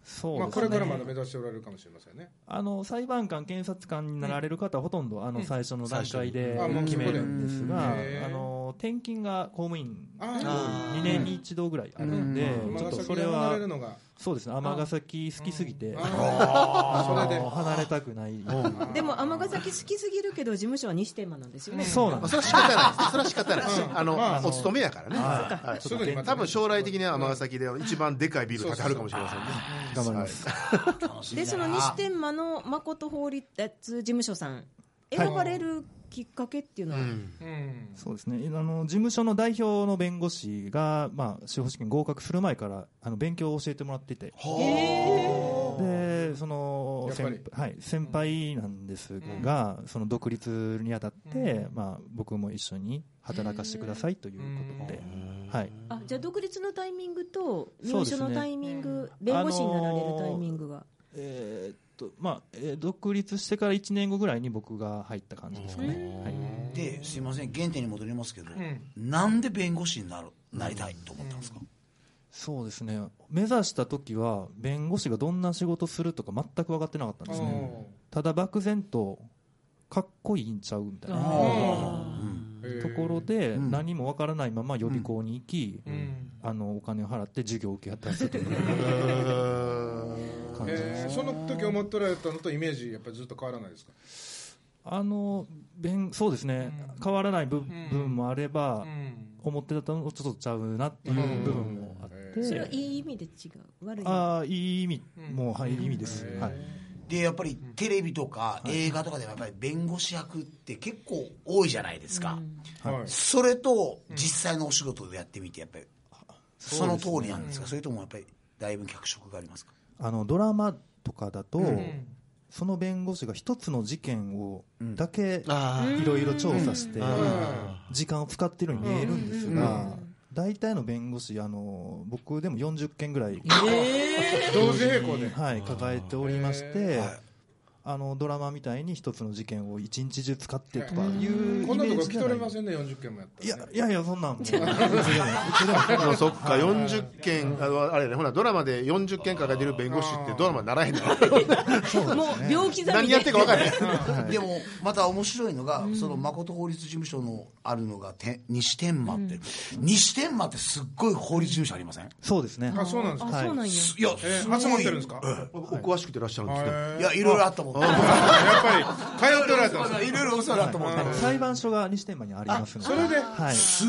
Speaker 6: そう
Speaker 3: まあ
Speaker 6: で
Speaker 3: こ
Speaker 6: すね
Speaker 3: れからまだ目指しておられるかもしれませんね
Speaker 6: あの裁判官、検察官になられる方はほとんどあの最初の段階で
Speaker 3: 最初にあもう
Speaker 6: 決めるんです
Speaker 3: そ
Speaker 6: が
Speaker 3: こで、
Speaker 6: あの転勤が公務員
Speaker 3: あ
Speaker 6: 2年に一度ぐらいあるんで、
Speaker 3: あ
Speaker 6: ちょ
Speaker 3: 尼
Speaker 6: っと
Speaker 3: 崎
Speaker 6: そ
Speaker 3: で
Speaker 6: れ
Speaker 3: 離
Speaker 6: は
Speaker 3: れるのが
Speaker 6: そうですね尼崎好きすぎて、
Speaker 3: あー
Speaker 6: あ
Speaker 3: それで
Speaker 6: の離れたくない。
Speaker 4: でも尼崎好きすぎるけど事務所は西テーマなんですよね、
Speaker 6: そうなん
Speaker 2: ま
Speaker 6: で
Speaker 2: あ、
Speaker 6: す
Speaker 2: それは仕方ないですそれは仕方ないし、あの
Speaker 3: まあ
Speaker 2: お勤めやからね、はい
Speaker 3: すぐにまた
Speaker 2: 多分将来的には尼崎で一番でかいビル建てはるかもしれませんね
Speaker 6: 頑張ります。
Speaker 1: 楽しみ
Speaker 4: で
Speaker 1: だ
Speaker 4: そ
Speaker 1: な
Speaker 4: の西天満の誠法律事務所さん選ばれるきっかけっていうのは、
Speaker 3: うん
Speaker 6: そうですね。あの事務所の代表の弁護士がまあ司法試験合格する前からあの勉強を教えてもらってて、でその
Speaker 3: やっぱり
Speaker 6: 先輩はい先輩なんですが、その独立にあたって、まあ僕も一緒に働かせてくださいということで、はい。
Speaker 4: あじゃあ独立のタイミングと
Speaker 6: そう
Speaker 4: 入
Speaker 6: です
Speaker 4: 所の
Speaker 6: ね
Speaker 4: タイミング、弁護士になられるタイミングが、
Speaker 6: えーっとまあ、えー独立してから1年後ぐらいに僕が入った感じですかね、はい、
Speaker 1: ですいません原点に戻りますけど、
Speaker 3: ん
Speaker 1: なんで弁護士になるなりたいと思ったんですか、
Speaker 6: そうですね目指した時は弁護士がどんな仕事するとか全く分かってなかったんですねただ漠然とかっこいいんちゃうみたいなところで
Speaker 1: うん
Speaker 6: 何も分からないまま予備校に行き、
Speaker 3: うん
Speaker 6: あのお金を払って授業を受けやったりするという感じです
Speaker 3: えーその時思ってられたのとイメージやっぱりずっと変わらないですか
Speaker 6: あの弁そうですね、変わらない部部分もあれば、思ってたのとちょっとちゃうなっていう部分もあって、
Speaker 4: それはいい意味で違う悪い意味
Speaker 6: ああいい意味、もうはいいい意味です、はい、
Speaker 1: でやっぱりテレビとか映画とかでもやっぱり弁護士役って結構多いじゃないですか、
Speaker 3: はい
Speaker 1: それと実際のお仕事でやってみてやっぱりその通りなんですかそれともやっぱりだいぶ脚色がありますか
Speaker 6: あのドラマとかだと、その弁護士が一つの事件をだけ
Speaker 2: あ
Speaker 6: いろいろ調査して、
Speaker 2: あ
Speaker 6: 時間を使ってるように見えるんですが、大体の弁護士あの僕でも40件ぐらい、
Speaker 3: 同時並行で
Speaker 6: はい、抱えておりまして、
Speaker 1: はい
Speaker 6: あのドラマみたいに一つの事件を一日中使ってとかいうイメージ
Speaker 3: こんなとこ来
Speaker 6: じ
Speaker 3: と
Speaker 6: ゃな
Speaker 3: れ
Speaker 6: い
Speaker 3: ませんね40件もやった
Speaker 6: い
Speaker 3: ら
Speaker 6: や
Speaker 3: ね
Speaker 6: いやいやそ んなんもう全然い
Speaker 2: あそっか40件あのあれねほなドラマで40件抱えてる弁護士ってドラマならへんの
Speaker 4: もう病気
Speaker 2: 何やってるか分からへん
Speaker 1: でもまた面白いのが、その誠法律事務所のあるのがて西天満って、西天満ってすっごい法律事務所ありません、
Speaker 6: そうですね
Speaker 3: あそうなんですか
Speaker 4: あそうなんや
Speaker 1: いや、
Speaker 3: えー
Speaker 1: すごい
Speaker 3: 集まってるんですか
Speaker 1: ええ
Speaker 2: お詳しくてらっしゃるんですね
Speaker 1: いやいろいろあったもんね
Speaker 3: やっぱり通ってられたんですね
Speaker 1: いろいろ嘘だと思って
Speaker 6: はい裁判所が西天満にありますので
Speaker 3: それで
Speaker 6: はい、
Speaker 1: すっ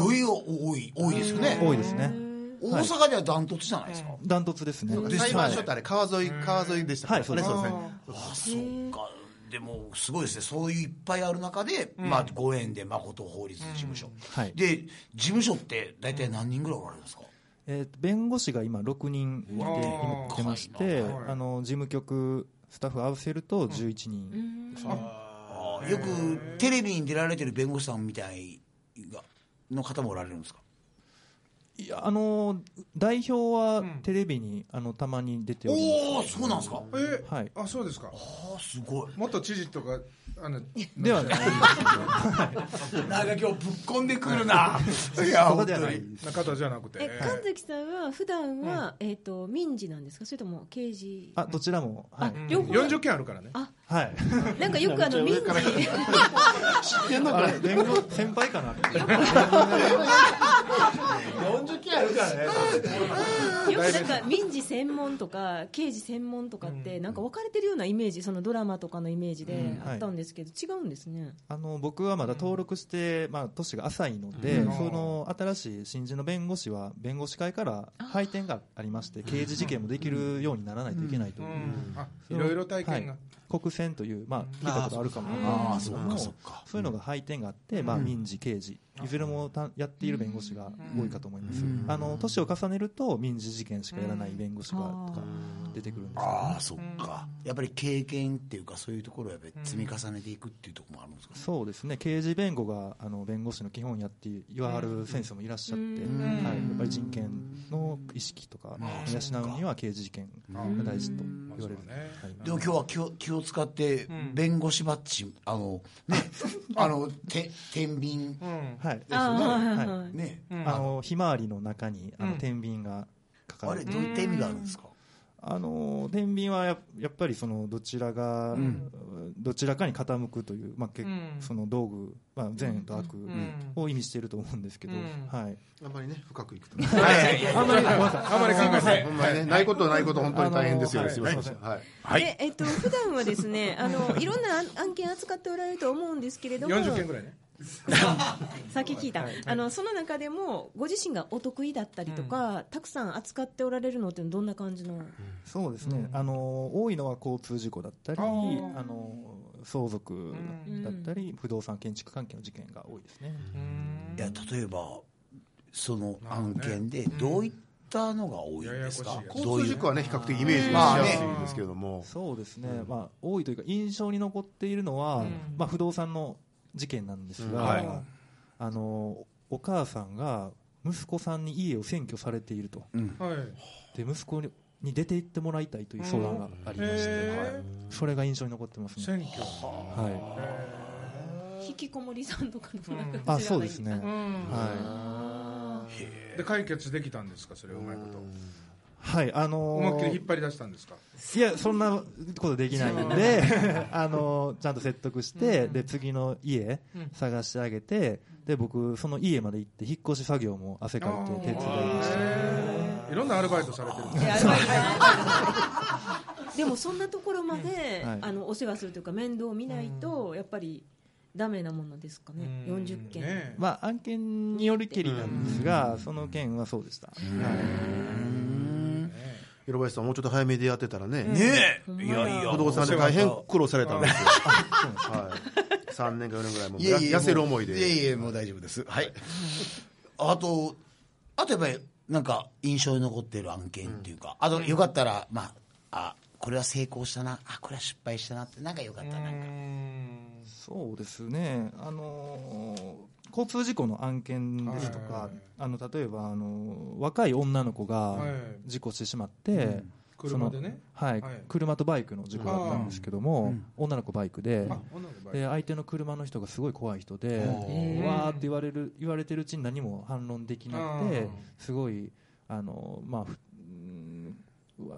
Speaker 1: ごい多い多いですよね
Speaker 6: 多いですね
Speaker 1: 大阪ではダントツじゃないですか、
Speaker 6: ダントツですね
Speaker 2: 裁判所ってあれ川沿い川沿いでした
Speaker 6: はいそうです
Speaker 2: あれね
Speaker 1: あそっかでもすごいですねそういういっぱいある中で、まあ、ご縁で誠法律事務所、
Speaker 6: はい
Speaker 1: で事務所って大体何人ぐらいおられるんですか、
Speaker 6: えーと弁護士が今6人いて
Speaker 3: わー
Speaker 6: 今来てまして、
Speaker 3: はいはい
Speaker 6: あの事務局スタッフ合わせると11人、
Speaker 1: あーよくテレビに出られてる弁護士さんみたいがの方もおられるんですか
Speaker 6: いやあの代表はテレビに、あのたまに出ており
Speaker 1: おおそうなんですか
Speaker 3: えー
Speaker 6: はい
Speaker 3: あそうですか
Speaker 1: あすごい
Speaker 3: 元知事とかあの
Speaker 6: ではない
Speaker 1: なんか今日ぶっ込んでくるないや
Speaker 6: そこ
Speaker 1: 本
Speaker 6: では
Speaker 1: 当
Speaker 6: ない
Speaker 1: に
Speaker 3: 中田じゃなくて
Speaker 4: え神崎さんは普段はえっと民事なんですかそれとも刑事
Speaker 6: あどちらもは
Speaker 4: あ
Speaker 6: い、
Speaker 4: 両方
Speaker 3: 40件あるからね
Speaker 6: はい、
Speaker 4: なんかよくあの民事
Speaker 6: あれ弁護先輩かなっていう
Speaker 4: よくなんか民事専門とか刑事専門とかってなんか分かれてるようなイメージそのドラマとかのイメージであったんですけど違うんですね
Speaker 6: あの僕はまだ登録して、まあ、年が浅いので、その新しい新人の弁護士は弁護士会から配点がありまして刑事事件もできるようにならないといけないという、
Speaker 3: あいろいろ体験が
Speaker 6: はい国選という、まあ、聞いたことあるかもわからないですけどもそういうのが配点があって、まあ、民事刑事いずれもたやっている弁護士が多いかと思います、あの年を重ねると民事事件しかやらない弁護士がとか出てくるんですけど
Speaker 1: ああそっかやっぱり経験っていうかそういうところをやっぱり積み重ねていくっていうところもあるんですか
Speaker 6: そうですね刑事弁護があの弁護士の基本やって言わはる先生もいらっしゃって、はい、やっぱり人権の意識とか養うには刑事事件が大事と言わ
Speaker 3: ま
Speaker 6: れる
Speaker 3: あそうだね
Speaker 6: はい
Speaker 1: でも今日は気を気を使って弁護士バッジあの ねあのて天秤
Speaker 6: はい
Speaker 4: ああ
Speaker 6: は
Speaker 4: はい
Speaker 1: ね
Speaker 6: あのひまわりの中にあの天秤が書か
Speaker 1: あ
Speaker 6: れ
Speaker 1: れ
Speaker 6: て
Speaker 1: どういった意味があるんですか
Speaker 6: あの天秤はややっぱりそのどちらが、どちらかに傾くという、まあけその道具、まあ、善と悪を意味していると思うんですけど、はい、
Speaker 2: あんまりね深くいくと
Speaker 6: あんまりごめんなさい
Speaker 3: あまり考えてない
Speaker 2: ほんまにねないことないこと本当に大変ですよねすいませんはい
Speaker 4: でえっと普段はです ねあのいろんな案案件扱っておられると思うんですけれども
Speaker 3: 40件ぐらいね
Speaker 4: さっき聞いたあのその中でもご自身がお得意だったりとかたくさん扱っておられるのってどんな感じの
Speaker 6: そうですね、あの多いのは交通事故だったり、あの相続だったり、不動産建築関係の事件が多いですね。
Speaker 1: いや例えばその案件でどういったのが多いんですか
Speaker 3: ややこ
Speaker 1: どう
Speaker 2: 交
Speaker 1: い
Speaker 2: 通
Speaker 1: う
Speaker 2: 事故はね比較的イメージがしやすいんですけども
Speaker 6: そうですね、まあ、多いというか印象に残っているのは、まあ、不動産の事件なんですが、
Speaker 2: うんはい
Speaker 6: あのお母さんが息子さんに家を占拠されていると
Speaker 3: はい
Speaker 6: で息子にに出て行ってもらいたいという相談がありまして、
Speaker 3: へ
Speaker 6: はいそれが印象に残ってますね。
Speaker 3: 選挙
Speaker 6: は
Speaker 4: 引きこもりさんとかのなんか
Speaker 6: い、あそうですね、
Speaker 3: う
Speaker 6: は
Speaker 3: ん
Speaker 6: い
Speaker 3: で解決できたんですかそれをうまいこと
Speaker 6: はいあのー
Speaker 3: 思いっきり引っ張り出したんですか
Speaker 6: いやそんなことできないんで あのちゃんと説得して、で次の家探してあげてで僕その家まで行って引っ越し作業も汗かいて手伝いました
Speaker 3: へーいろんなアルバイトされてるんです
Speaker 4: い
Speaker 3: ね
Speaker 4: やいやいやでもそんなところまで、
Speaker 6: はい
Speaker 4: あのお世話するというか面倒を見ないとやっぱりダメなものですかね
Speaker 3: うん
Speaker 4: 40件、
Speaker 3: ね
Speaker 6: まあ案件によりけりなんですがその件はそうでした、
Speaker 2: 広林さんもうちょっと早めでやってたらね、
Speaker 1: ねえいやいや
Speaker 2: 不動産で大変苦労されたんですよ、はい、3年か4年ぐらいもう
Speaker 1: いやいや
Speaker 2: 痩せる思いで
Speaker 1: いやいやもう大丈夫ですはいあとあとやっぱりなんか印象に残ってる案件っていうか、あとよかったらまああこれは成功したなあこれは失敗したなってなんかよかったなんか
Speaker 6: そうですね、あのー交通事故の案件ですとか、
Speaker 3: はい
Speaker 6: あの例えば、あのー若い女の子が
Speaker 3: はい
Speaker 6: 事故してしまって、そ
Speaker 3: 車
Speaker 6: の
Speaker 3: でね
Speaker 6: はい
Speaker 3: はい
Speaker 6: 車とバイクの事故だったんですけども、女の子バイクで。
Speaker 3: あ女の子バイ
Speaker 6: で相手の車の人がすごい怖い人で、
Speaker 1: ー
Speaker 6: わーって言われる言われてるうちに何も反論できなく
Speaker 3: う
Speaker 6: て
Speaker 3: ん、
Speaker 6: すごい、あのまあふうん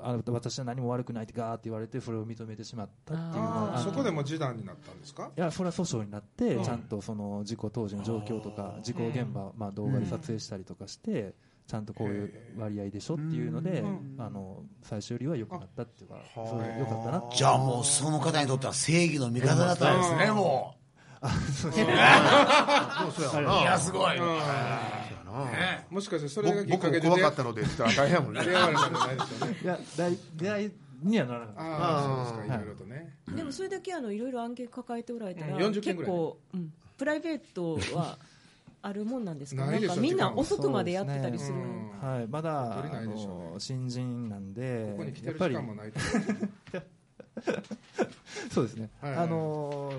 Speaker 6: あ、私は何も悪くないってガーって言われて、それを認めてしまったってい
Speaker 3: ク
Speaker 6: うのがあの
Speaker 3: そこでもう示談になったんですか
Speaker 6: いやそれは訴訟になって、
Speaker 3: うん
Speaker 6: ちゃんとその事故当時の状況とか事故現場、まあ、動画で撮影したりとかして、ちゃんとこういう割合でしょっていうので、あの最初よりは良くなったっていうか、そう良かったなって
Speaker 1: じゃあもうその方にとっては正義の味方だったんですねもういやすごい
Speaker 3: もしかしてそれが
Speaker 2: 僕
Speaker 3: きっか
Speaker 2: 僕
Speaker 3: け
Speaker 2: も怖
Speaker 3: で
Speaker 2: かったのでって言ったら大変やもんね
Speaker 3: 出会われたんじ ゃないですよね
Speaker 6: いや大出会いにはならなかっ
Speaker 3: ああそうですか
Speaker 6: はい
Speaker 3: いろいろとね
Speaker 4: でもそれだけあのいろいろ案件抱えておられたら、
Speaker 3: うん40
Speaker 4: 結
Speaker 3: 件ぐらい
Speaker 4: 構、うんプライベートはあるもんなんですか
Speaker 3: ないでしょ
Speaker 4: なんかみん
Speaker 3: 時
Speaker 4: な
Speaker 3: 間は
Speaker 4: 遅くまでやってたりす
Speaker 6: う
Speaker 4: る、
Speaker 3: うん
Speaker 6: た、はい、まだ、
Speaker 3: 取り
Speaker 6: あ
Speaker 3: ないでしょうね
Speaker 6: の新人なんで
Speaker 3: ここに来て
Speaker 6: やっ
Speaker 3: る
Speaker 6: ぱ
Speaker 3: 時
Speaker 6: り
Speaker 3: 間もないと
Speaker 6: そうですね、
Speaker 3: はい
Speaker 6: あの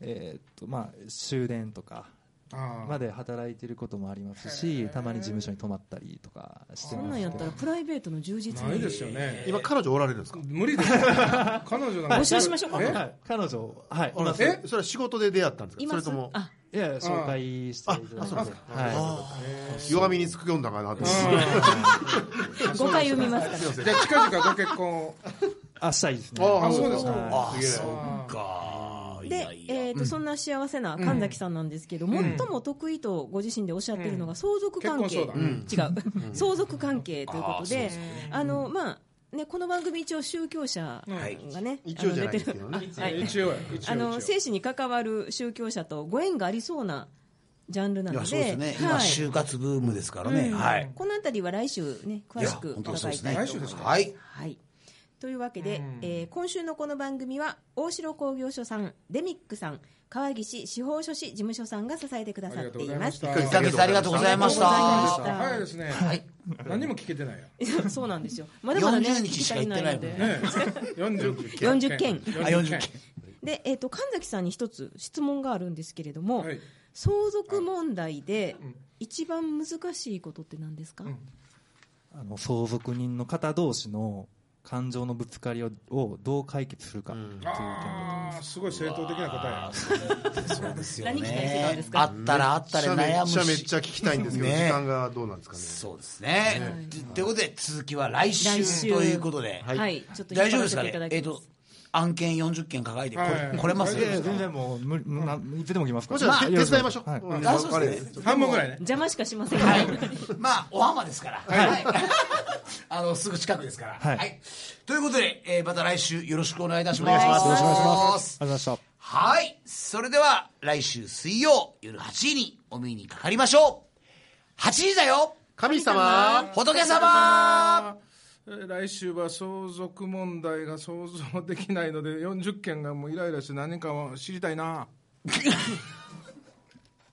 Speaker 6: えーっとまあ終電とか
Speaker 3: あ
Speaker 6: まで働いてることもありますし、たまに事務所に泊まったりとかして
Speaker 4: そん
Speaker 6: ま
Speaker 4: なん
Speaker 6: す
Speaker 4: やったらプライベートの充
Speaker 3: あ
Speaker 4: 実
Speaker 3: ないで
Speaker 4: に
Speaker 3: すよね
Speaker 2: 今彼女おられるんですか
Speaker 3: 無理ですよ彼女なんか
Speaker 4: 募集しましょうか
Speaker 3: え
Speaker 6: はい、彼女、はい、います
Speaker 3: え
Speaker 2: それは仕事で出会ったんですかそ
Speaker 4: 今
Speaker 2: れ
Speaker 4: す
Speaker 2: とも
Speaker 4: あ
Speaker 6: いや、紹介していただいて、
Speaker 2: ああ
Speaker 6: は
Speaker 2: そ
Speaker 6: いう
Speaker 2: 弱みにつくよんだかなと
Speaker 4: 誤解生みますから
Speaker 3: じゃあ近々ご結婚を
Speaker 6: あ、したいですね。
Speaker 2: あ
Speaker 3: あそうですか
Speaker 6: は
Speaker 1: あそうかい
Speaker 4: で
Speaker 1: やい、や
Speaker 4: えーとそんな幸せな神崎さんなんですけど、最も得意とご自身でおっしゃってるのが相続関係、
Speaker 3: 結婚
Speaker 4: 違う 相続関係ということであのまあねこの番組一応宗教者
Speaker 1: はい
Speaker 4: がね、
Speaker 2: 一応じゃないですけど
Speaker 4: あの
Speaker 2: ね
Speaker 4: 出てるあはい
Speaker 3: 一応や一応
Speaker 4: あの
Speaker 3: 一応
Speaker 4: 生死に関わる宗教者とご縁がありそうなジャンルないの
Speaker 1: や
Speaker 4: で
Speaker 1: そうですね、今
Speaker 4: はい
Speaker 1: 就活ブームですからね、はい
Speaker 4: このあたりは来週ね詳
Speaker 1: いや
Speaker 4: しく
Speaker 1: 本当そう
Speaker 4: 伺
Speaker 1: で
Speaker 4: い
Speaker 1: す
Speaker 4: た
Speaker 1: ね
Speaker 4: いと思
Speaker 3: 来
Speaker 4: います
Speaker 3: 週ですか
Speaker 1: はい
Speaker 4: はい、というわけで、えー今週のこの番組は大城工業所さんデミックさん川岸司法書士事務所さんが支えてくださっています
Speaker 3: あり
Speaker 1: 1
Speaker 3: がとうございました
Speaker 1: ヶ月ありがとうございまし
Speaker 4: ありがとうございましたた
Speaker 3: 早いですね
Speaker 1: はい
Speaker 3: 何も聞けてないよ
Speaker 4: そうなんですよまだまだね
Speaker 1: 40
Speaker 4: 聞き足りないので
Speaker 1: 日しか行ってないもん
Speaker 3: ね40
Speaker 4: 40件
Speaker 1: あ40件
Speaker 4: で、えー、と神崎さんに一つ質問があるんですけれども、
Speaker 3: はい
Speaker 4: 相続問題で一番難しいことって何ですか、
Speaker 6: あの相続人の方同士の感情のぶつかりををどう解決するかっていう点だと思いま
Speaker 3: あーすごい正当的な答えや
Speaker 1: そうですよ
Speaker 4: 何期待してたんで
Speaker 1: ね
Speaker 4: すか
Speaker 1: あったらあったら
Speaker 2: めっ
Speaker 1: 悩む
Speaker 2: ちゃめっ
Speaker 1: し
Speaker 2: ちゃ聞きたいんですけど、
Speaker 1: ね
Speaker 2: 時間がどうなんですかね
Speaker 1: そうですねと、ということで続きは来
Speaker 4: 来
Speaker 1: 週
Speaker 4: 週
Speaker 1: ということで、
Speaker 4: はい、ちょっと引っ
Speaker 1: 大丈
Speaker 4: 張
Speaker 1: 夫
Speaker 4: ら
Speaker 1: です
Speaker 4: せ
Speaker 1: か
Speaker 4: て
Speaker 1: ね
Speaker 4: いただ
Speaker 1: えっ、
Speaker 4: きます
Speaker 1: と案件40件抱えてこれ,、
Speaker 3: はい
Speaker 1: これます
Speaker 6: す。いやいや全然もう無理な、いつでも来ますか
Speaker 2: も
Speaker 6: ら。
Speaker 2: ちろん手手
Speaker 6: よろく
Speaker 2: 伝い
Speaker 6: お願
Speaker 2: ま
Speaker 6: い
Speaker 2: しょう。
Speaker 6: はいう
Speaker 2: ん
Speaker 1: あそうですね
Speaker 3: 半分ぐらいね
Speaker 4: 邪魔しかしません、
Speaker 1: はい、まあお浜ですから、はい あのすぐ近くですから、
Speaker 6: はい
Speaker 1: ということで、えーまた来週よろしくお願いいたします
Speaker 4: お願いしますよろしくお願いし
Speaker 1: ます
Speaker 6: ありがとうございました。
Speaker 1: はいそれでは来週水曜夜8時にお目にかかりましょう8時だよ
Speaker 2: 神様
Speaker 1: 仏様
Speaker 3: えー来週は相続問題が想像できないので40件がもうイライラして何かを知りたいな